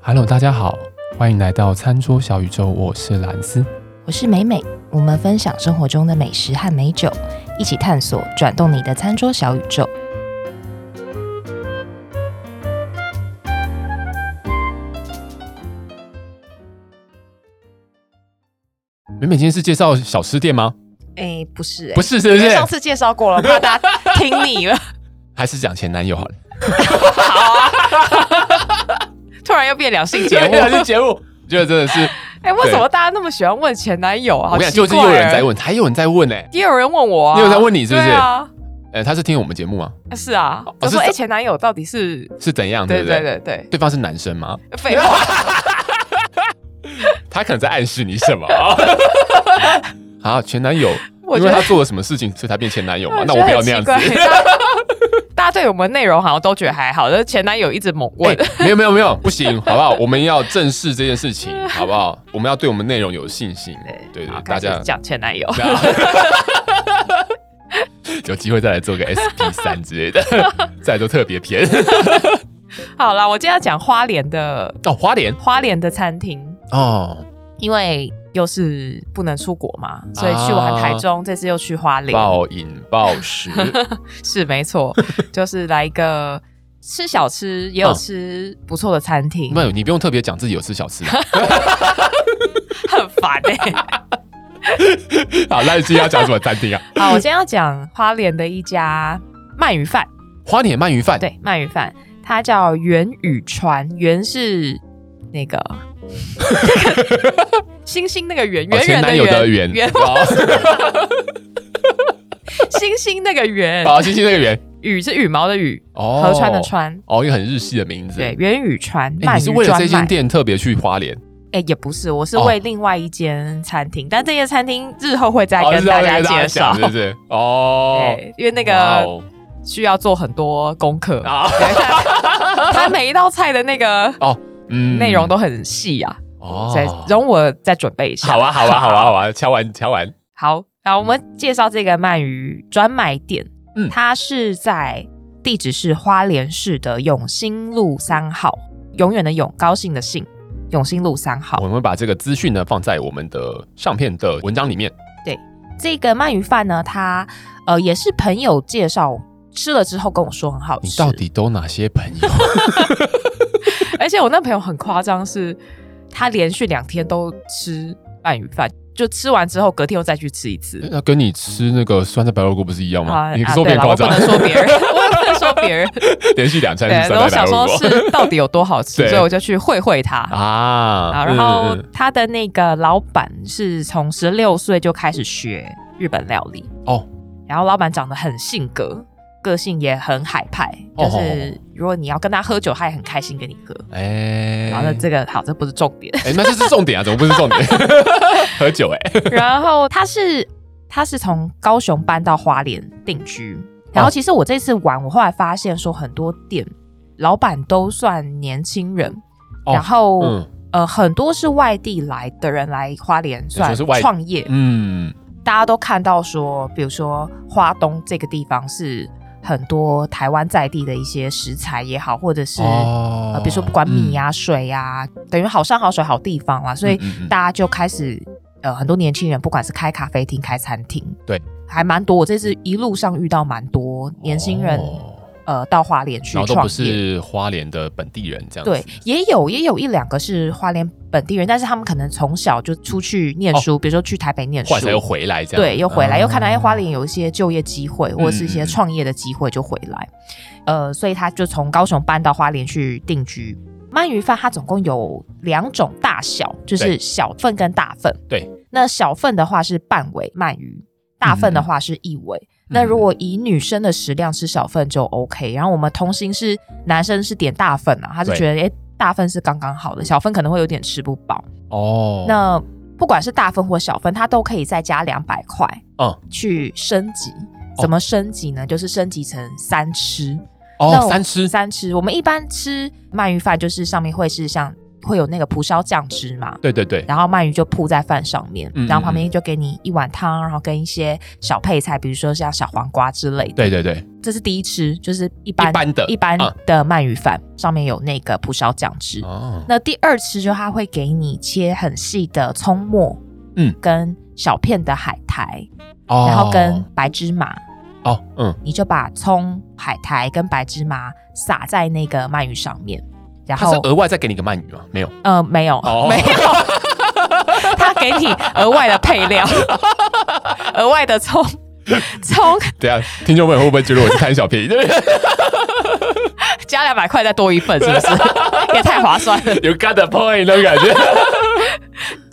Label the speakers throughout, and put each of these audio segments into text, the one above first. Speaker 1: Hello，大家好，欢迎来到餐桌小宇宙，我是蓝斯。
Speaker 2: 我是美美，我们分享生活中的美食和美酒，一起探索转动你的餐桌小宇宙。
Speaker 1: 美美今天是介绍小吃店吗？
Speaker 3: 哎、不是、哎，
Speaker 1: 不是，是不
Speaker 3: 因
Speaker 1: 是
Speaker 3: 为？上次介绍过了，怕大家听腻了，
Speaker 1: 还是讲前男友好了。
Speaker 3: 突然又变两性节目。
Speaker 1: 对还是节目？我觉得真的是，
Speaker 3: 哎、为什么大家那么喜欢问前男友啊？
Speaker 1: 我跟你
Speaker 3: 好
Speaker 1: 讲，
Speaker 3: 奇怪
Speaker 1: 就是又有人在，问，还有人在问呢、欸。
Speaker 3: 也有人问我、啊，
Speaker 1: 也有人在问你是不是
Speaker 3: 对啊，
Speaker 1: 呃，他是听我们节目吗？哦
Speaker 3: 是啊，就说
Speaker 1: 是
Speaker 3: 哎、前男友到底是？
Speaker 1: 是怎样？对
Speaker 3: 对
Speaker 1: 不对？
Speaker 3: 对对对，
Speaker 1: 对方是男生吗？
Speaker 3: 废话，
Speaker 1: 他可能在暗示你 什么？啊，前男友，
Speaker 3: 我
Speaker 1: 因
Speaker 3: 觉
Speaker 1: 为
Speaker 3: 得
Speaker 1: 他做了什么事情，所以他变前男友嘛？那
Speaker 3: 觉
Speaker 1: 我
Speaker 3: 得
Speaker 1: 不要
Speaker 3: 很
Speaker 1: 那样
Speaker 3: 奇
Speaker 1: 子
Speaker 3: 怪。 大家对我们内容好像都觉得还好，但是前男友一直猛
Speaker 1: 喂
Speaker 3: 问，，
Speaker 1: 没有没有没有，不行，好不好？我们要正视这件事情，好不好？我们要对我们内容有信心。对
Speaker 3: 好
Speaker 1: 对，大
Speaker 3: 开始
Speaker 1: 家
Speaker 3: 讲前男友，
Speaker 1: 有机会再来做个 SP 三之类的， 再来做特别篇。
Speaker 3: 好啦，我今天要讲花莲的
Speaker 1: 哦，花莲
Speaker 3: 花莲的餐厅，
Speaker 1: 哦，
Speaker 3: 因为又是不能出国嘛，所以去
Speaker 1: 啊
Speaker 3: 完台中，这次又去花莲，
Speaker 1: 暴饮暴 食，
Speaker 3: 是 没错，就是来一个吃小吃，也有吃不错的餐厅，
Speaker 1: 嗯没有，你不用特别讲自己有吃小吃啊。
Speaker 3: 很烦 哎、
Speaker 1: 好，那你今天要讲什么餐厅啊？
Speaker 3: 好，我今天要讲花莲的一家鳗鱼饭，
Speaker 1: 花莲鳗鱼饭，
Speaker 3: 对，鳗鱼饭，它叫元宇川，元是 那个那个星星那个圆，
Speaker 1: 哦，
Speaker 3: 圆
Speaker 1: 前
Speaker 3: 圆
Speaker 1: 男
Speaker 3: 的
Speaker 1: 友的
Speaker 3: 圆，圆
Speaker 1: 哦
Speaker 3: 星星那个圆，
Speaker 1: 好，星星那个圆，
Speaker 3: 羽是羽毛的羽，
Speaker 1: 哦，
Speaker 3: 河川的，川。
Speaker 1: 哦，一个很日系的名字。
Speaker 3: 对，元宇川
Speaker 1: 哎，
Speaker 3: 鳗
Speaker 1: 你是
Speaker 3: 鱼
Speaker 1: 为了
Speaker 3: 专
Speaker 1: 这间
Speaker 3: 卖，
Speaker 1: 店特别去花莲？
Speaker 3: 哎、也不是，我是
Speaker 1: 哦
Speaker 3: 为另外一间餐厅，但这间餐厅日后会再跟
Speaker 1: 哦是要
Speaker 3: 大家介绍，
Speaker 1: 讲对不对？哦，
Speaker 3: 对，因为那
Speaker 1: 哇
Speaker 3: 个
Speaker 1: 哦
Speaker 3: 需要做很多功课，
Speaker 1: 啊，
Speaker 3: 它每一道菜的那个
Speaker 1: 嗯
Speaker 3: 内容都很细啊，
Speaker 1: 哦
Speaker 3: 所以容我再准备一下。
Speaker 1: 好啊，好啊，好啊，好啊，敲完敲完，
Speaker 3: 好，那我们介绍这个鳗鱼专卖店，
Speaker 1: 嗯
Speaker 3: 它是在地址是花莲市的永兴路三号，永远的永，高兴的兴，永兴路三号。
Speaker 1: 我们会把这个资讯呢放在我们的上片的文章里面。
Speaker 3: 这个鳗鱼饭呢，它呃也是朋友介绍。吃了之后跟我说很好吃，
Speaker 1: 你到底都哪些朋友？
Speaker 3: 而且我那朋友很夸张，是他连续两天都吃鳗鱼饭，就吃完之后隔天又再去吃一次。啊
Speaker 1: 那跟你吃那个酸菜白肉锅不是一样吗？嗯你说别人
Speaker 3: 对啦
Speaker 1: 夸
Speaker 3: 我不
Speaker 1: 张，
Speaker 3: 能说别人，我也不能说别人。
Speaker 1: 连续两餐
Speaker 3: 对
Speaker 1: 吃，
Speaker 3: 然后
Speaker 1: 酸菜
Speaker 3: 我
Speaker 1: 白
Speaker 3: 想
Speaker 1: 肉
Speaker 3: 说
Speaker 1: 锅
Speaker 3: 是到底有多好吃
Speaker 1: 对，
Speaker 3: 所以我就去会会他。
Speaker 1: 啊
Speaker 3: 啊，然后他的那个老板是从十六岁就开始学日本料理，
Speaker 1: 哦，
Speaker 3: 然后老板长得很性格，个性也很海派，
Speaker 1: 哦
Speaker 3: 就是如果你要跟他喝酒，他也很开心跟你喝。
Speaker 1: 哎，
Speaker 3: 然后呢，这个好，这不是重点。
Speaker 1: 哎，那这是重点啊，怎么不是重点？喝酒哎，
Speaker 3: 然后他是他是从高雄搬到花莲定居。
Speaker 1: 哦
Speaker 3: 然后其实我这次玩，我后来发现说很多店老板都算年轻人，
Speaker 1: 哦
Speaker 3: 然后、
Speaker 1: 嗯
Speaker 3: 呃很多是外地来的人来花莲算
Speaker 1: 是外
Speaker 3: 创业，
Speaker 1: 嗯，
Speaker 3: 大家都看到说，比如说花东这个地方是很多台湾在地的一些食材也好，或者是、
Speaker 1: 哦
Speaker 3: 呃比如说不管米呀、水呀、等于好山好水好地方啦，所以
Speaker 1: 嗯嗯嗯
Speaker 3: 大家就开始呃，很多年轻人不管是开咖啡厅、开餐厅，
Speaker 1: 对，
Speaker 3: 还蛮多。我这次一路上遇到蛮多年轻人，
Speaker 1: 哦
Speaker 3: 呃，到花莲去
Speaker 1: 然后都
Speaker 3: 创
Speaker 1: 不
Speaker 3: 业。
Speaker 1: 是花莲的本地人这样子，
Speaker 3: 对，也有也有一两个是花莲本地人，但是他们可能从小就出去念书，比如说去台北念
Speaker 1: 哦
Speaker 3: 书
Speaker 1: 后来，才又回来这样，
Speaker 3: 对，又回来，又看到哎，
Speaker 1: 啊
Speaker 3: 花莲有一些就业机会，或者是一
Speaker 1: 嗯嗯
Speaker 3: 些
Speaker 1: 嗯
Speaker 3: 创业的机会，就回来。呃，所以他就从高雄搬到花莲去定居。鳗鱼饭它总共有两种大小，就
Speaker 1: 对
Speaker 3: 是小份跟大份。
Speaker 1: 对，
Speaker 3: 那小份的话是半尾鳗鱼，大
Speaker 1: 嗯
Speaker 3: 份的话是一尾。那如果以女生的食量吃小份就 OK，然后我们同行是男生是点大份啊，他是
Speaker 1: 对
Speaker 3: 觉得诶大份是刚刚好的，小份可能会有点吃不饱。
Speaker 1: 哦，
Speaker 3: 那不管是大分或小分，它都可以再加两百块，
Speaker 1: 嗯
Speaker 3: 嗯，去升级。怎么升级呢？就是升级成三吃。那
Speaker 1: 哦
Speaker 3: 我
Speaker 1: 三吃
Speaker 3: 三吃，我们一般吃鳗鱼饭就是上面会是像会有那个蒲烧酱汁嘛，
Speaker 1: 对对对，
Speaker 3: 然后鳗鱼就铺在饭上面，
Speaker 1: 嗯
Speaker 3: 然后旁边就给你一碗汤，然后跟一些小配菜，比如说像小黄瓜之类的。
Speaker 1: 对对对，
Speaker 3: 这是第一吃，就是一般
Speaker 1: 一般的
Speaker 3: 一般
Speaker 1: 啊
Speaker 3: 的鳗鱼饭，上面有那个蒲烧酱汁。
Speaker 1: 哦，
Speaker 3: 那第二吃就它会给你切很细的葱末，
Speaker 1: 嗯，
Speaker 3: 跟小片的海苔，
Speaker 1: 哦
Speaker 3: 然后跟白芝麻，
Speaker 1: 哦，嗯，
Speaker 3: 你就把葱、海苔跟白芝麻撒在那个鳗鱼上面，然
Speaker 1: 他是
Speaker 3: 后
Speaker 1: 额外再给你一个鳗鱼吗？没 有，
Speaker 3: 呃没有、
Speaker 1: 哦
Speaker 3: 没有，他给你额外的配 料，额外的葱葱
Speaker 1: 等一下啊听众朋友会不会觉得我是贪小 便宜？
Speaker 3: 加两百块再多一份，是不是也太划算了？
Speaker 1: 有 got the point 那种感觉。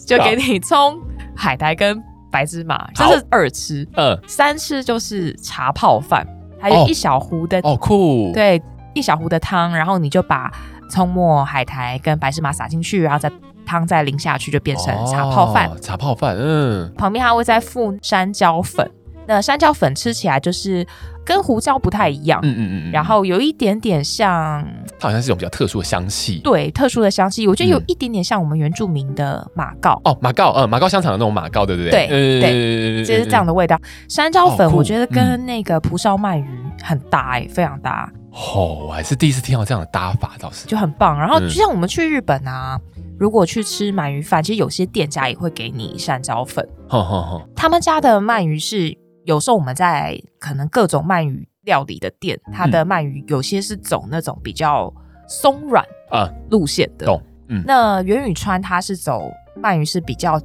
Speaker 3: 就给你葱、海苔跟白芝麻，这
Speaker 1: 好
Speaker 3: 是二吃。
Speaker 1: 嗯，
Speaker 3: 三吃就是茶泡饭，还有
Speaker 1: 哦
Speaker 3: 一小壶的、
Speaker 1: 哦酷，，
Speaker 3: 对一小壶的汤，然后你就把葱末、海苔跟白芝麻撒进去，然后再汤再淋下去，就变成茶泡饭。
Speaker 1: 哦，茶泡饭，嗯，
Speaker 3: 旁边还会再附山椒粉，那山椒粉吃起来就是跟胡椒不太一样，
Speaker 1: 嗯嗯嗯，
Speaker 3: 然后有一点点像
Speaker 1: 它好像是一种比较特殊的香气。
Speaker 3: 对特殊的香气，我觉得有
Speaker 1: 嗯
Speaker 3: 一点点像我们原住民的马告。
Speaker 1: 哦，马告，嗯，马告香肠的那种马告，对不对？
Speaker 3: 对
Speaker 1: 嗯
Speaker 3: 对
Speaker 1: 对
Speaker 3: 就是这样的味道，山椒粉
Speaker 1: 好酷嗯
Speaker 3: 我觉得跟那个蒲烧鳗鱼很搭哎、非常搭。
Speaker 1: 哦，我还是第一次听到这样的搭法，倒是。
Speaker 3: 就很棒。然后
Speaker 1: 嗯
Speaker 3: 就像我们去日本啊，如果去吃鳗鱼饭，其实有些店家也会给你山椒粉。
Speaker 1: 哼哼哼，
Speaker 3: 他们家的鳗鱼是有时候我们在可能各种鳗鱼料理的店，它
Speaker 1: 嗯
Speaker 3: 的鳗鱼有些是走那种比较松软
Speaker 1: 啊
Speaker 3: 路线的。
Speaker 1: 懂嗯
Speaker 3: 那元宇川它是走鳗鱼是比较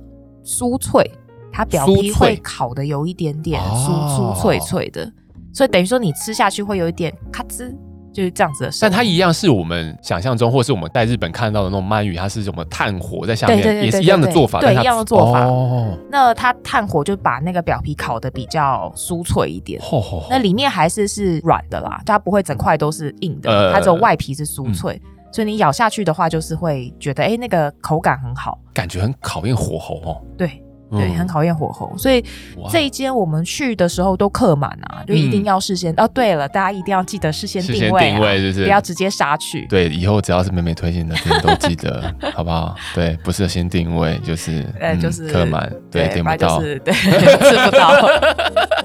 Speaker 3: 酥脆，它表皮
Speaker 1: 酥脆
Speaker 3: 会烤的有一点点酥
Speaker 1: 哦
Speaker 3: 酥脆脆的，所以等于说你吃下去会有一点咔吱，就是这样子的声
Speaker 1: 但
Speaker 3: 音。
Speaker 1: 它一样是我们想象中，或是我们在日本看到的那种鳗鱼，它是什么炭火在下面，
Speaker 3: 对对对对
Speaker 1: 也是一样的做法，
Speaker 3: 对
Speaker 1: 但它
Speaker 3: 一样的做法
Speaker 1: 哦，
Speaker 3: 那它炭火就把那个表皮烤的比较酥脆一点，
Speaker 1: 吼吼吼
Speaker 3: 那里面还是是软的啦，它不会整块都是硬的，
Speaker 1: 呃嗯
Speaker 3: 它只有外皮是酥脆，所以你咬下去的话，就是会觉得哎、诶那个口感很好，
Speaker 1: 感觉很考验火候哦。
Speaker 3: 对。
Speaker 1: 嗯
Speaker 3: 对，很考验火候，所以
Speaker 1: 哇
Speaker 3: 这一间我们去的时候都客满啊，就一定要事先、哦。对了，大家一定要记得事先
Speaker 1: 嗯事
Speaker 3: 定
Speaker 1: 先
Speaker 3: 位、啊，
Speaker 1: 定位是不是
Speaker 3: 不要直接杀去。
Speaker 1: 对，以后只要是美美推荐的店都记 得，好不好？对，不是先定位，就是
Speaker 3: 呃
Speaker 1: 嗯
Speaker 3: 就是
Speaker 1: 客满，对，点
Speaker 3: 不
Speaker 1: 不
Speaker 3: 然
Speaker 1: 到
Speaker 3: 就，是对 吃不到。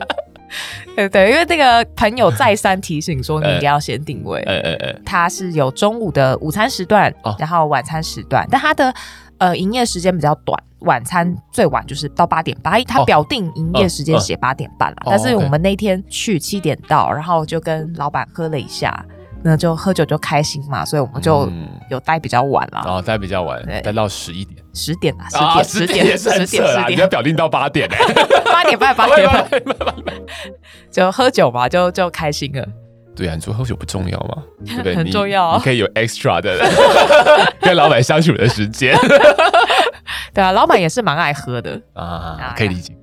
Speaker 3: 对对，因为这个朋友再三提 醒说，你一定要先定位。
Speaker 1: 呃呃呃，
Speaker 3: 它是有中午的午餐时段，
Speaker 1: 哦
Speaker 3: 然后晚餐时段，但它的呃营业时间比较短，晚餐最晚就是到八点半，它
Speaker 1: 哦
Speaker 3: 表定营业时间写八点半啦。
Speaker 1: 哦
Speaker 3: 但是我
Speaker 1: OK
Speaker 3: 们那天去七点到，然后就跟老板喝了一下，那就喝酒就开心嘛，所以我们就
Speaker 1: 嗯
Speaker 3: 有待比较晚啦
Speaker 1: 然，后待比较晚
Speaker 3: 对，
Speaker 1: 待到十一点，
Speaker 3: 十点啦，
Speaker 1: 啊
Speaker 3: 十
Speaker 1: 10也
Speaker 3: 点，
Speaker 1: 是
Speaker 3: 十
Speaker 1: 很
Speaker 3: 点，
Speaker 1: 扯
Speaker 3: 十点，
Speaker 1: 啦，
Speaker 3: 十
Speaker 1: 你要
Speaker 3: 点，
Speaker 1: 表定到八点哎，
Speaker 3: 八点半，八点 半
Speaker 1: 拜拜拜拜
Speaker 3: 就喝酒嘛，就就开心了。
Speaker 1: 对啊，你说喝酒不重要 吗？对不对？
Speaker 3: 很
Speaker 1: 你
Speaker 3: 重要啊
Speaker 1: 你可以有 extra 的 跟老板相处的时 间
Speaker 3: 对啊，老板也是蛮爱喝的。
Speaker 1: 啊，可以理解。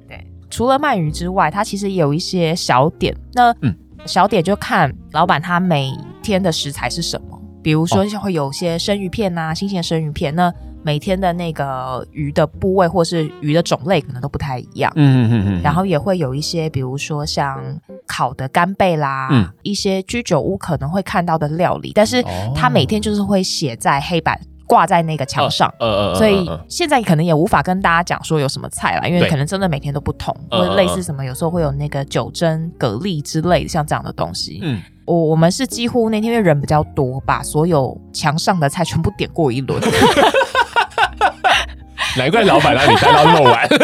Speaker 3: 除了鳗鱼之外，它其实也有一些小点。那
Speaker 1: 嗯
Speaker 3: 小点就看老板他每天的食材是什么，比如
Speaker 1: 哦
Speaker 3: 说像会有些生鱼片啊，新鲜生鱼片，那每天的那个鱼的部位或是鱼的种类可能都不太一样。
Speaker 1: 嗯嗯嗯
Speaker 3: 然后也会有一些，比如说像烤的干贝啦，
Speaker 1: 嗯
Speaker 3: 一些居酒屋可能会看到的料理，但是
Speaker 1: 哦
Speaker 3: 它每天就是会写在黑板挂在那个墙上，
Speaker 1: 呃呃，呃
Speaker 3: 所以
Speaker 1: 呃呃
Speaker 3: 现在可能也无法跟大家讲说有什么菜啦，因为
Speaker 1: 对
Speaker 3: 可能真的每天都不同，
Speaker 1: 嗯
Speaker 3: 或者类似什么，有时候会有那个九蒸蛤蜊之类的像这样的东西。
Speaker 1: 嗯，
Speaker 3: 我我们是几乎那天因为人比较多，把所有墙上的菜全部点过 一轮，
Speaker 1: 难怪老板让你待到那么 晚。
Speaker 3: 呃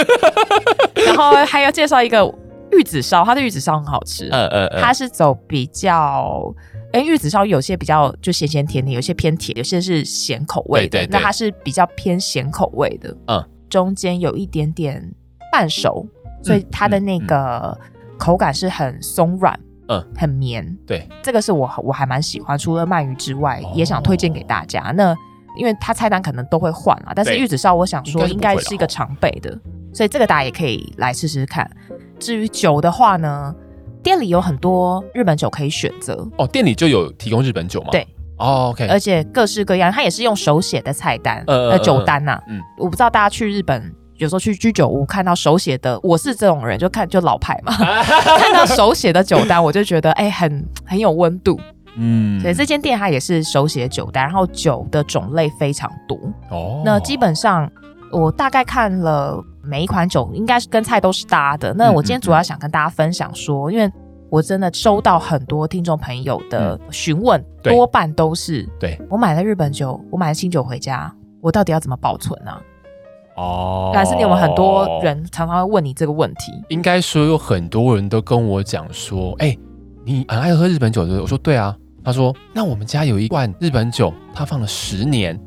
Speaker 3: 然后还要介绍一个玉子烧，它的玉子烧很好吃，
Speaker 1: 呃呃呃，
Speaker 3: 它是走比较。哎，玉子烧有些比较就咸咸甜甜，有些偏甜，有些是咸口味的。
Speaker 1: 对对对
Speaker 3: 那它是比较偏咸口味的，
Speaker 1: 嗯，
Speaker 3: 中间有一点点半熟，所以它的那个口感是很松软，
Speaker 1: 嗯，
Speaker 3: 很绵。
Speaker 1: 对，
Speaker 3: 这个是我我还蛮喜欢。除了鳗鱼之外，
Speaker 1: 哦
Speaker 3: 也想推荐给大家。那因为它菜单可能都会换啦，但是
Speaker 1: 对
Speaker 3: 玉子烧我想说应
Speaker 1: 应该是不会啦
Speaker 3: 该是一个常备的，所以这个大家也可以来试试看。至于酒的话呢，店里有很多日本酒可以选择，
Speaker 1: 哦，店里就有提供日本酒嘛。
Speaker 3: 对
Speaker 1: 哦，OK，
Speaker 3: 而且各式各样，它也是用手写的菜单，
Speaker 1: 呃
Speaker 3: 呃，酒单呐、
Speaker 1: 嗯
Speaker 3: 我不知道大家去日本。有时候去居酒屋看到手写的，我是这种 人，就看就老牌嘛，看到手写的酒单，我就觉得哎、很很有温度。
Speaker 1: 嗯
Speaker 3: 所以这间店它也是手写酒单，然后酒的种类非常多。
Speaker 1: 哦，
Speaker 3: 那基本上我大概看了每一款酒，应该是跟菜都是搭的。
Speaker 1: 嗯
Speaker 3: 那我今天主要想跟大家分享说，因为我真的收到很多听众朋友的询问，
Speaker 1: 嗯对
Speaker 3: 多半都是
Speaker 1: 对
Speaker 3: 我买了日本酒，我买了清酒回家，我到底要怎么保存啊？
Speaker 1: 哦，
Speaker 3: 但是你们很多人常常会问你这个问题，
Speaker 1: 应该说有很多人都跟我讲说，哎、你很爱喝日本酒对不对？我说对啊。他说：“那我们家有一罐日本酒，它放了十年。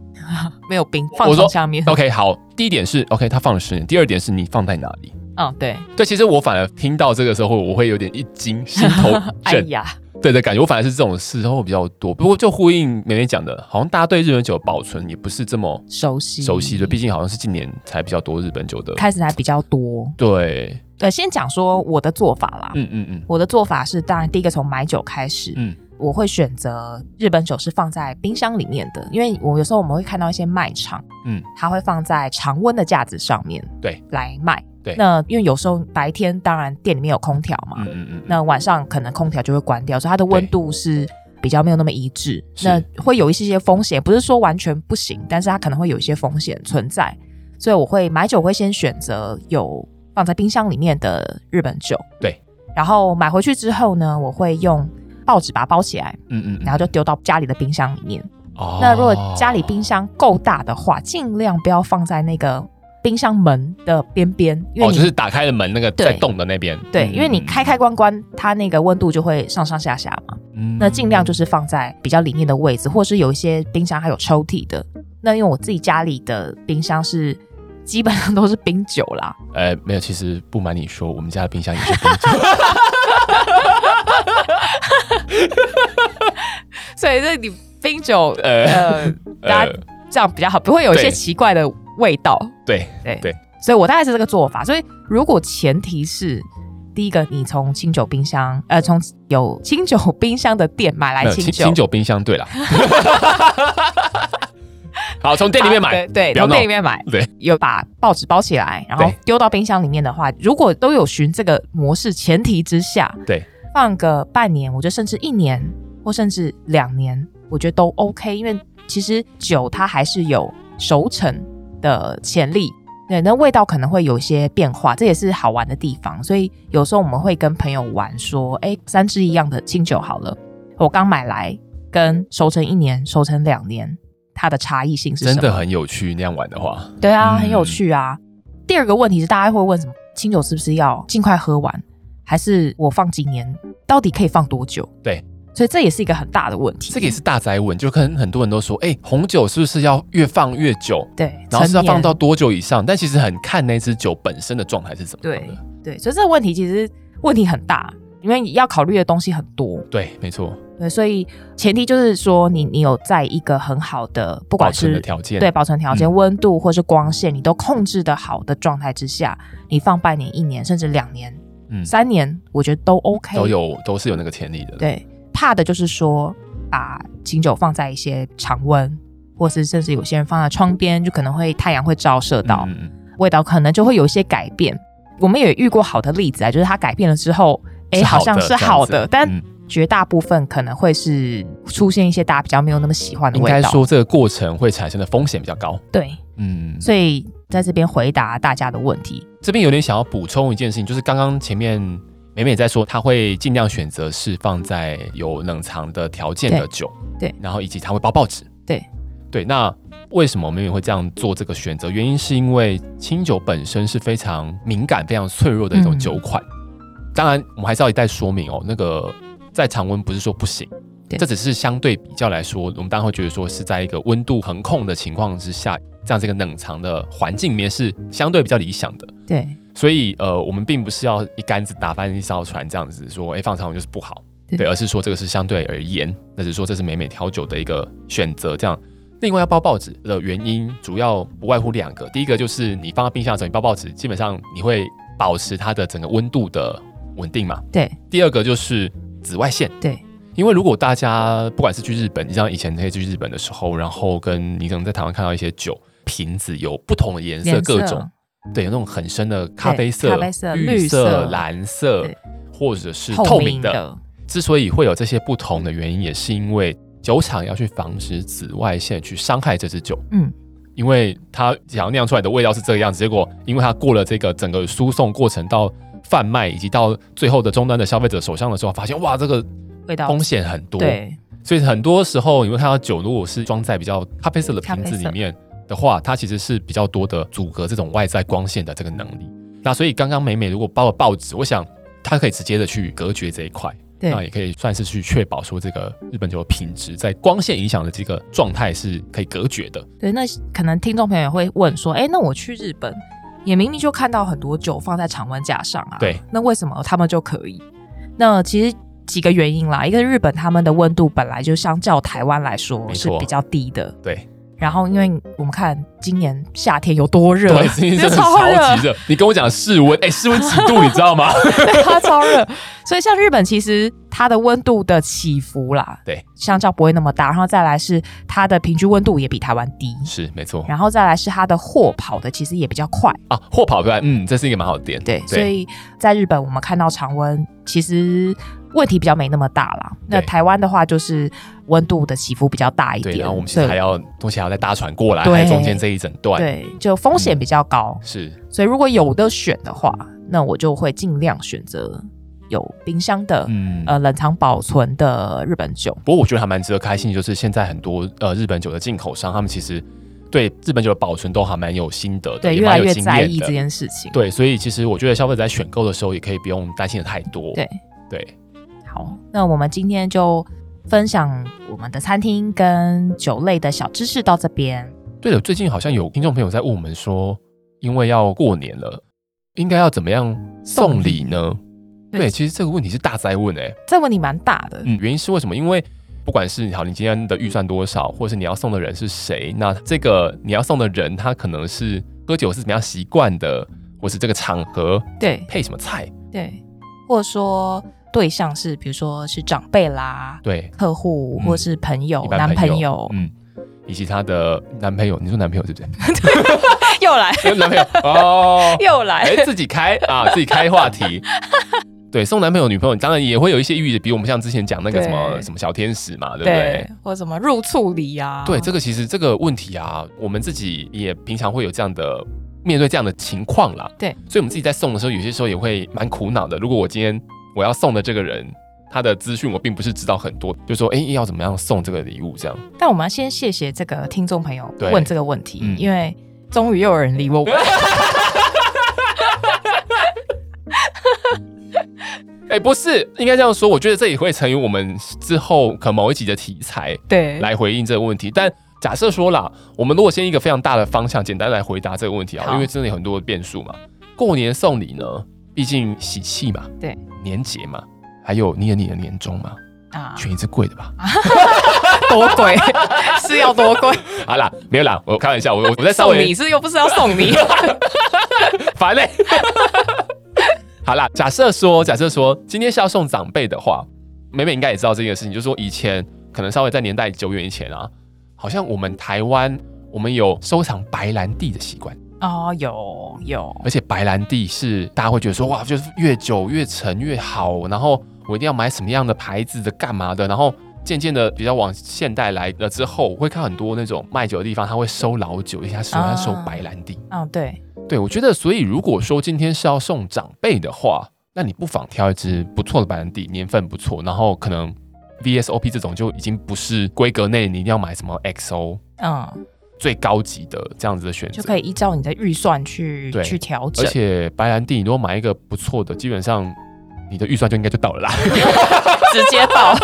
Speaker 3: 没有冰放
Speaker 1: 我说
Speaker 3: 从下面，
Speaker 1: OK，好，第一点是 OK，它放了十年。第二点是你放在哪里？
Speaker 3: 嗯，对，
Speaker 1: 对，其实我反而听到这个时候，我会有点一惊，心头
Speaker 3: 哎
Speaker 1: 震。
Speaker 3: 呀，
Speaker 1: 对的感觉，我反而是这种事后比较多。不过就呼应美美讲的，好像大家对日本酒的保存也不是这么
Speaker 3: 熟悉
Speaker 1: 熟悉的，毕竟好像是近年才比较多日本酒的。
Speaker 3: 嗯开始还比较多。
Speaker 1: 对，
Speaker 3: 对，先讲说我的做法啦。
Speaker 1: 嗯嗯嗯，
Speaker 3: 我的做法是，当然第一个从买酒开始，
Speaker 1: 嗯
Speaker 3: 我会选择日本酒是放在冰箱里面的，因为我有时候我们会看到一些卖场，
Speaker 1: 嗯，
Speaker 3: 它会放在常温的架子上面，
Speaker 1: 对，
Speaker 3: 来卖。
Speaker 1: 对
Speaker 3: 那因为有时候白天当然店里面有空调嘛，
Speaker 1: 嗯嗯嗯，
Speaker 3: 那晚上可能空调就会关掉，所以它的温度是比较没有那么一致，
Speaker 1: 是
Speaker 3: 那会有一些些风险，不是说完全不行，但是它可能会有一些风险存在，所以我会买酒会先选择有放在冰箱里面的日本酒，
Speaker 1: 对，
Speaker 3: 然后买回去之后呢，我会用报纸把它包起来，
Speaker 1: 嗯嗯嗯，
Speaker 3: 然后就丢到家里的冰箱里面。
Speaker 1: 哦
Speaker 3: 那如果家里冰箱够大的话，尽量不要放在那个冰箱门的边边，因为
Speaker 1: 哦，
Speaker 3: 你、
Speaker 1: 就是打开了门那个在
Speaker 3: 对
Speaker 1: 动的那边，
Speaker 3: 对，
Speaker 1: 嗯
Speaker 3: 因为你开，开关关，它那个温度就会上上下下嘛。
Speaker 1: 嗯
Speaker 3: 那尽量就是放在比较里面的位置，或是有一些冰箱还有抽屉的。那因为我自己家里的冰箱是基本上都是冰酒啦，
Speaker 1: 呃没有，其实不瞒你说，我们家的冰箱也是冰 箱，
Speaker 3: 所以这你冰酒
Speaker 1: 呃
Speaker 3: 呃，大家
Speaker 1: 呃，
Speaker 3: 这样比较好，不会有一些
Speaker 1: 对
Speaker 3: 奇怪的味道。
Speaker 1: 对
Speaker 3: 对
Speaker 1: 对，
Speaker 3: 所以我大概是这个做法。所以如果前提是第一个，你从清酒冰箱，呃，从有清酒冰箱的店买
Speaker 1: 没
Speaker 3: 来
Speaker 1: 有
Speaker 3: 清
Speaker 1: 清
Speaker 3: 酒，
Speaker 1: 清酒冰箱，对啦。 好，从店里面买
Speaker 3: 啊，对，
Speaker 1: 不
Speaker 3: 对
Speaker 1: 要
Speaker 3: 从
Speaker 1: 闹
Speaker 3: 店里面买，
Speaker 1: 对，
Speaker 3: 有把报纸包起来，然后
Speaker 1: 对
Speaker 3: 丢到冰箱里面的话，如果都有循这个模式前提之下，
Speaker 1: 对，
Speaker 3: 放个半年，我觉得甚至一年或甚至两年，我觉得都 OK，因为其实酒它还是有熟成的潜力。对，那味道可能会有一些变化，这也是好玩的地方。所以有时候我们会跟朋友玩说，哎，三支一样的清酒好了，我刚买来，跟熟成一年、熟成两年，它的差异性是什
Speaker 1: 真
Speaker 3: 么？
Speaker 1: 的很有趣，那样玩的话，
Speaker 3: 对啊，
Speaker 1: 嗯
Speaker 3: 很有趣啊。第二个问题是，大家会问什么？清酒是不是要尽快喝完，还是我放几年？到底可以放多久？
Speaker 1: 对，
Speaker 3: 所以这也是一个很大的问题。
Speaker 1: 这个也是大宅问，就跟很多人都说，哎、红酒是不是要越放越久？
Speaker 3: 对，
Speaker 1: 然后是要
Speaker 3: 成年
Speaker 1: 放到多久以上？但其实很看那支酒本身的状态是怎么样
Speaker 3: 对
Speaker 1: 的。
Speaker 3: 对，所以这个问题其实问题很大，因为要考虑的东西很多。
Speaker 1: 对，没错，
Speaker 3: 对，所以前提就是说你你有在一个很好的，不
Speaker 1: 保
Speaker 3: 管
Speaker 1: 存
Speaker 3: 是
Speaker 1: 的条件。
Speaker 3: 对，保存条件、
Speaker 1: 嗯
Speaker 3: 温度或是光线，你都控制的好的状态之下，你放半年、一年甚至两年、
Speaker 1: 嗯
Speaker 3: 三年，我觉得都 OK。
Speaker 1: 都有都是有那个潜力的。
Speaker 3: 对，怕的就是说把清酒放在一些常温，或是甚至有些人放在窗边，就可能会太阳会照射
Speaker 1: 嗯，
Speaker 3: 到，
Speaker 1: 嗯嗯
Speaker 3: 味道可能就会有一些改变。我们也遇过好的例子啊，就是它改变了之后，哎，
Speaker 1: 是
Speaker 3: 好像
Speaker 1: 的
Speaker 3: 是
Speaker 1: 这样子
Speaker 3: 好的，但
Speaker 1: 嗯
Speaker 3: 绝大部分可能会是出现一些大家比较没有那么喜欢的
Speaker 1: 应
Speaker 3: 味
Speaker 1: 该
Speaker 3: 道。
Speaker 1: 说这个过程会产生的风险比较高。
Speaker 3: 对，
Speaker 1: 嗯，
Speaker 3: 所以在这边回答大家的问题。
Speaker 1: 这边有点想要补充一件事情，就是刚刚前面美美在说，她会尽量选择是放在有冷藏的条件的酒，
Speaker 3: 对
Speaker 1: 然后以及她会包报纸，
Speaker 3: 对，
Speaker 1: 对。那为什么美美会这样做这个选择？原因是因为清酒本身是非常敏感、非常脆弱的一种
Speaker 3: 嗯
Speaker 1: 酒款。当然，我们还是要一再说明哦，那个在常温不是说不行。
Speaker 3: 对
Speaker 1: 这只是相对比较来说，我们当然会觉得说是在一个温度恒控的情况之下，这样这个冷藏的环境里面是相对比较理想的。
Speaker 3: 对
Speaker 1: 所以呃，我们并不是要一竿子打翻一艘船这样子说，哎、放长就是不好，
Speaker 3: 对
Speaker 1: 对，而是说这个是相对而言，那只是说这是美美调酒的一个选择这样。另外要包报纸的原因，主要不外乎两个，第一个就是你放到冰箱的时候，你包报纸，基本上你会保持它的整个温度的稳定嘛。
Speaker 3: 对
Speaker 1: 第二个就是紫外线，
Speaker 3: 对，
Speaker 1: 因为如果大家不管是去日本，你像以前可以去日本的时候，然后跟你可能在台湾看到一些酒瓶子有不同的颜色，
Speaker 3: 颜
Speaker 1: 各种对，有那种很深的咖啡色、
Speaker 3: 咖啡色
Speaker 1: 绿
Speaker 3: 绿
Speaker 1: 色、
Speaker 3: 色
Speaker 1: 蓝色
Speaker 3: 对，
Speaker 1: 或者是
Speaker 3: 透
Speaker 1: 透明
Speaker 3: 明
Speaker 1: 的。
Speaker 3: 的，
Speaker 1: 之所以会有这些不同的原因，也是因为酒厂要去防止紫外线去伤害这支酒。
Speaker 2: 嗯，
Speaker 1: 因为它想要酿出来的味道是这个样子，结果因为它过了这个整个输送过程到贩卖以及到最后的终端的消费者手上的时候，发现哇，这个
Speaker 3: 味道
Speaker 1: 风险很多。，
Speaker 3: 对，
Speaker 1: 所以很多时候你会看到酒，如果是装在比较咖啡色的瓶子里面的话，它其实是比较多的阻隔这种外在光线的这个能力。那所以刚刚美美如果包了报纸，我想它可以直接的去隔绝这一块，
Speaker 3: 对
Speaker 1: 那也可以算是去确保说这个日本酒的品质在光线影响的这个状态是可以隔绝的。
Speaker 3: 对，那可能听众朋友也会问说，哎，那我去日本也明明就看到很多酒放在常温架上啊，
Speaker 1: 对，
Speaker 3: 那为什么他们就可以？那其实几个原因啦，一个日本他们的温度本来就相较台湾来说
Speaker 1: 没
Speaker 3: 是
Speaker 1: 错
Speaker 3: 比较低的，
Speaker 1: 对，
Speaker 3: 然后因为我们看今年夏天有多热，
Speaker 1: 对，今天真的
Speaker 3: 超
Speaker 1: 超级热。 你跟我讲室温，哎、室温几度你知道吗？
Speaker 3: 对， 它超热。所以像日本，其实它的温度的起伏啦，
Speaker 1: 对，
Speaker 3: 相较不会那么大。然后再来是它的平均温度也比台湾低，
Speaker 1: 是没错
Speaker 3: 然后再来是它的货跑的其实也比较快，
Speaker 1: 啊，或跑出来，嗯，这是一个蛮好的点。
Speaker 3: 对。所以在日本，我们看到常温其实问题比较没那么大啦。那
Speaker 1: 对
Speaker 3: 台湾的话，就是温度的起伏比较大一点，
Speaker 1: 对，然后我们其实
Speaker 3: 所
Speaker 1: 还
Speaker 3: 以
Speaker 1: 要东西还要再搭船过来，
Speaker 3: 对
Speaker 1: 还有中间这一整段，
Speaker 3: 对，就风险比较高。
Speaker 1: 是
Speaker 3: 所以如果有的选的话，那我就会尽量选择有冰箱的、
Speaker 1: 嗯。
Speaker 3: 呃冷藏保存的日本酒。
Speaker 1: 不过我觉得还蛮值得开心，就是现在很多呃日本酒的进口商，他们其实对日本酒的保存都还蛮有心得的，
Speaker 3: 对，
Speaker 1: 也
Speaker 3: 越
Speaker 1: 蛮
Speaker 3: 来
Speaker 1: 有
Speaker 3: 越
Speaker 1: 经
Speaker 3: 在
Speaker 1: 验
Speaker 3: 意这
Speaker 1: 的。
Speaker 3: 件事情。
Speaker 1: 对，所以其实我觉得消费者在选购的时候，也可以不用担心的太多。
Speaker 3: 对
Speaker 1: 对，
Speaker 3: 好，那我们今天就分享我们的餐厅跟酒类的小知识到这边。
Speaker 1: 对了，最近好像有听众朋友在问我们说，因为要过年了，应该要怎么样送礼呢？
Speaker 3: 对
Speaker 1: 对，其实这个问题是大灾问哎、
Speaker 3: 这问题蛮大的，
Speaker 1: 嗯，原因是为什么？因为不管是好，你今天的预算多少，或是你要送的人是谁，那这个你要送的人，他可能是喝酒是怎么样习惯的，或是这个场合
Speaker 3: 对
Speaker 1: 配什么菜，
Speaker 3: 对，或者说对象是比如说是长辈啦、
Speaker 1: 对，
Speaker 3: 客户
Speaker 1: 嗯
Speaker 3: 或是朋友、
Speaker 1: 一般
Speaker 3: 哦男
Speaker 1: 朋
Speaker 3: 朋友，
Speaker 1: 嗯，以及她的男朋友，你说男朋友对不
Speaker 3: 又来
Speaker 1: 对？男朋友哦，
Speaker 3: 又来，
Speaker 1: 哎、自己开啊，自己开话题。对，送男朋友、女朋友，当然也会有一些寓意，比如我们像之前讲那个什么
Speaker 3: 对
Speaker 1: 什么小天使嘛，对不对
Speaker 3: 对？，或者什么入醋礼啊，
Speaker 1: 对，这个其实这个问题啊，我们自己也平常会有这样的面对这样的情况啦。
Speaker 3: 对，
Speaker 1: 所以我们自己在送的时候，有些时候也会蛮苦恼的。如果我今天我要送的这个人，他的资讯我并不是知道很多，就说哎、诶要怎么样送这个礼物这样。
Speaker 3: 但我们要先谢谢这个听众朋友
Speaker 1: 对
Speaker 3: 问这个问题，
Speaker 1: 嗯
Speaker 3: 因为终于又有人理我。
Speaker 1: 哎、不是，应该这样说，我觉得这也会成为我们之后可能某一集的题材
Speaker 3: 对，
Speaker 1: 来回应这个问题。但假设说啦，我们如果先一个非常大的方向，简单来回答这个问题啊，
Speaker 3: 好
Speaker 1: 因为真的有很多的变数嘛。过年送礼呢，毕竟喜气嘛，
Speaker 3: 对，
Speaker 1: 年节嘛，还有你有你的年终嘛，
Speaker 3: 啊，
Speaker 1: 选一只贵的吧。
Speaker 3: 多贵 是要 多贵？
Speaker 1: 好啦，没有啦，我开玩笑，我我再稍
Speaker 3: 送
Speaker 1: 微
Speaker 3: 你是又不是要送 你？
Speaker 1: 烦嘞、 好啦，假设说，假设说今天是要送长辈的话，美美应该也知道这件事情，就是说以前可能稍微在年代久远以前啊，好像我们台湾我们有收藏白兰地的习惯。
Speaker 3: 哦，有有，
Speaker 1: 而且白兰地是大家会觉得说哇，就是越久越陈越好，然后我一定要买什么样的牌子的，干嘛的，然后。渐渐的比较往现代来了之后，我会看很多那种卖酒的地方，他会收老酒，一下收他
Speaker 3: 啊
Speaker 1: 收白兰地。
Speaker 3: 嗯，对，
Speaker 1: 对我觉得，所以如果说今天是要送长辈的话，那你不妨挑一支不错的白兰地，年份不错，然后可能 VSOP 这种就已经不是规格内，你一定要买什么 XO
Speaker 3: 嗯，
Speaker 1: 最高级的这样子的选择
Speaker 3: 就。可以依照你的预算去
Speaker 1: 对
Speaker 3: 去调整
Speaker 1: 而。且白兰地，你如果买一个不错的，基本上你的预算就应该就到了啦。
Speaker 3: 直接报，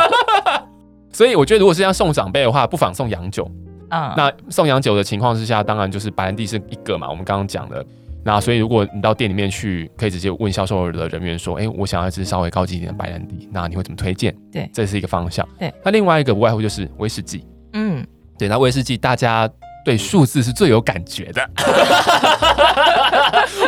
Speaker 1: 所以我觉得，如果是要送长辈的话，不妨送洋酒。
Speaker 3: 嗯，
Speaker 1: 那送洋酒的情况之下，当然就是白兰地是一个嘛，我们刚刚讲的。那所以，如果你到店里面去，可以直接问销售的人员说：“哎、我想要一支稍微高级一点的白兰地，那你会怎么推荐？”
Speaker 3: 对
Speaker 1: 这是一个方向。
Speaker 3: 对，
Speaker 1: 那另外一个不外乎就是威士忌。
Speaker 3: 嗯，
Speaker 1: 对，那威士忌大家对数字是最有感觉的。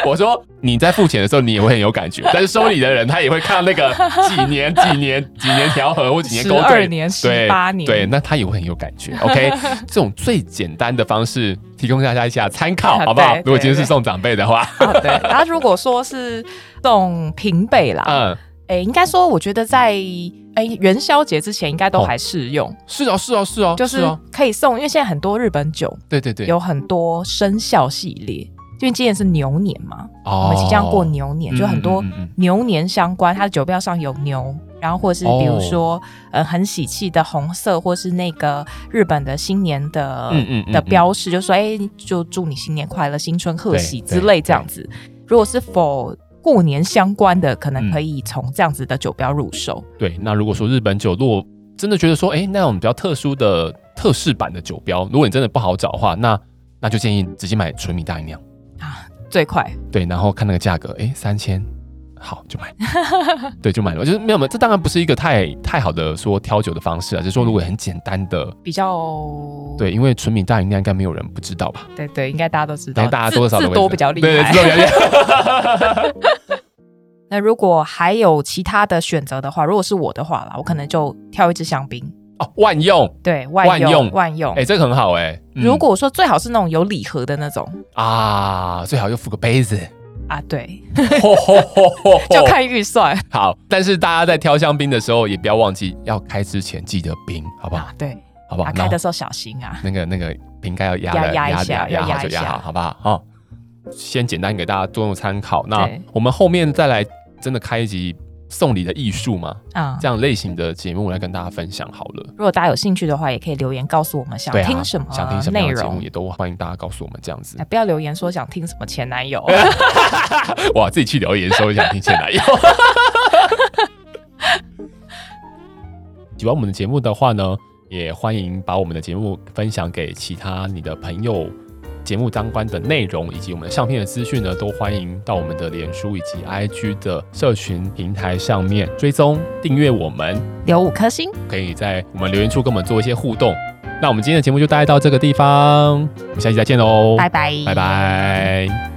Speaker 1: 我说你在付钱的时候，你也会很有感觉，但是收礼的人他也会看到那个几年、几年、几年调和或几年勾
Speaker 3: 12
Speaker 1: 兑，
Speaker 3: 年
Speaker 1: 对
Speaker 3: 18年
Speaker 1: 对，那他也会很有感觉。OK，这 种最简单的方式提供大家一下参考，好不好？
Speaker 3: 啊对对
Speaker 1: 如果今天是
Speaker 3: 哦对
Speaker 1: 送长辈的话，
Speaker 3: 啊对。然后如果说是送平辈啦，
Speaker 1: 嗯，
Speaker 3: 诶，应该说，我觉得在诶元宵节之前应该都
Speaker 1: 哦
Speaker 3: 还适用，
Speaker 1: 是啊，是啊，是啊，
Speaker 3: 就是是
Speaker 1: 啊，
Speaker 3: 可以送，因为现在很多日本酒
Speaker 1: 对对对，
Speaker 3: 有很多生肖系列，因为今年是牛年嘛，我
Speaker 1: 我
Speaker 3: 们即将
Speaker 1: 哦
Speaker 3: 过牛
Speaker 1: 嗯
Speaker 3: 年，就很多牛年相关，它的酒标上有牛，然后或是比
Speaker 1: 哦
Speaker 3: 如说、呃很喜气的红色，或是那个日本的新年的
Speaker 1: 嗯嗯嗯
Speaker 3: 呃的
Speaker 1: 嗯
Speaker 3: 标识，就说哎、就祝你新年快乐、新春贺喜
Speaker 1: 对
Speaker 3: 之
Speaker 1: 对
Speaker 3: 类这样子。如果是否过年相关的，可能可以从这样子的酒标入手。
Speaker 1: 对，那如果说日本酒，如果真的觉得说，哎，那种比较特殊的特仕版的酒标，如果你真的不好找的话，那那就建议直接买纯米大吟酿，
Speaker 3: 啊最快
Speaker 1: 对，然后看那个价格，哎，三千。好，就买，对，就买了。就是没有没有，这当然不是一个太太好的说挑酒的方式啊，就是说如果很简单的，
Speaker 3: 比较
Speaker 1: 对，因为纯米大吟酿应该没有人不知道吧？
Speaker 3: 对对，应该大家都知
Speaker 1: 然
Speaker 3: 道，
Speaker 1: 后大家多少
Speaker 3: 字
Speaker 1: 都
Speaker 3: 字
Speaker 1: 会
Speaker 3: 多
Speaker 1: 知
Speaker 3: 比较厉
Speaker 1: 对对，
Speaker 3: 害
Speaker 1: 字。多比较厉 害。
Speaker 3: 那如果还有其他的选择的话，如果是我的话啦，我可能就挑一支香槟，
Speaker 1: 哦，万用，
Speaker 3: 对，
Speaker 1: 万
Speaker 3: 万用
Speaker 1: 用
Speaker 3: 万用
Speaker 1: 哎、这个很好哎、嗯
Speaker 3: 如果说最好是那种有礼盒的那种
Speaker 1: 啊，最好又附个杯子，
Speaker 3: 啊，对，
Speaker 1: 吼吼吼吼吼
Speaker 3: 就看预算
Speaker 1: 好。但是大家在挑香槟的时候，也不要忘记要开之前记得冰，好不好？
Speaker 3: 啊， 对，
Speaker 1: 好不好？
Speaker 3: 啊，开的时候小心啊，
Speaker 1: 那个那个瓶盖要压
Speaker 3: 压
Speaker 1: 了
Speaker 3: 压一
Speaker 1: 压
Speaker 3: 下
Speaker 1: 压
Speaker 3: 要
Speaker 1: 好
Speaker 3: 压
Speaker 1: 就
Speaker 3: 一
Speaker 1: 压
Speaker 3: 下
Speaker 1: 好，好不好？哦，先简单给大家做做参考。那
Speaker 3: 对
Speaker 1: 我们后面再来真的开一集送礼的艺术嘛，
Speaker 3: 啊、
Speaker 1: 这样类型的节目来跟大家分享好了。
Speaker 3: 如果大家有兴趣的话，也可以留言告诉我们想
Speaker 1: 对啊，
Speaker 3: 听什么
Speaker 1: 想听什么
Speaker 3: 内
Speaker 1: 样的节目
Speaker 3: 容，
Speaker 1: 也都欢迎大家告诉我们这样子
Speaker 3: 哎、。不要留言说想听什么前男友，
Speaker 1: 哇，自己去留言说想听前男友。 喜欢我们的节目的话呢，也欢迎把我们的节目分享给其他你的朋友。节目相关的内容以及我们相片的资讯呢，都欢迎到我们的脸书以及 IG 的社群平台上面追踪订阅我们，
Speaker 3: 留五颗星，
Speaker 1: 可以在我们留言处跟我们做一些互动。那我们今天的节目就大概到这个地方，我们下期再见喽，
Speaker 3: 拜拜，
Speaker 1: 拜拜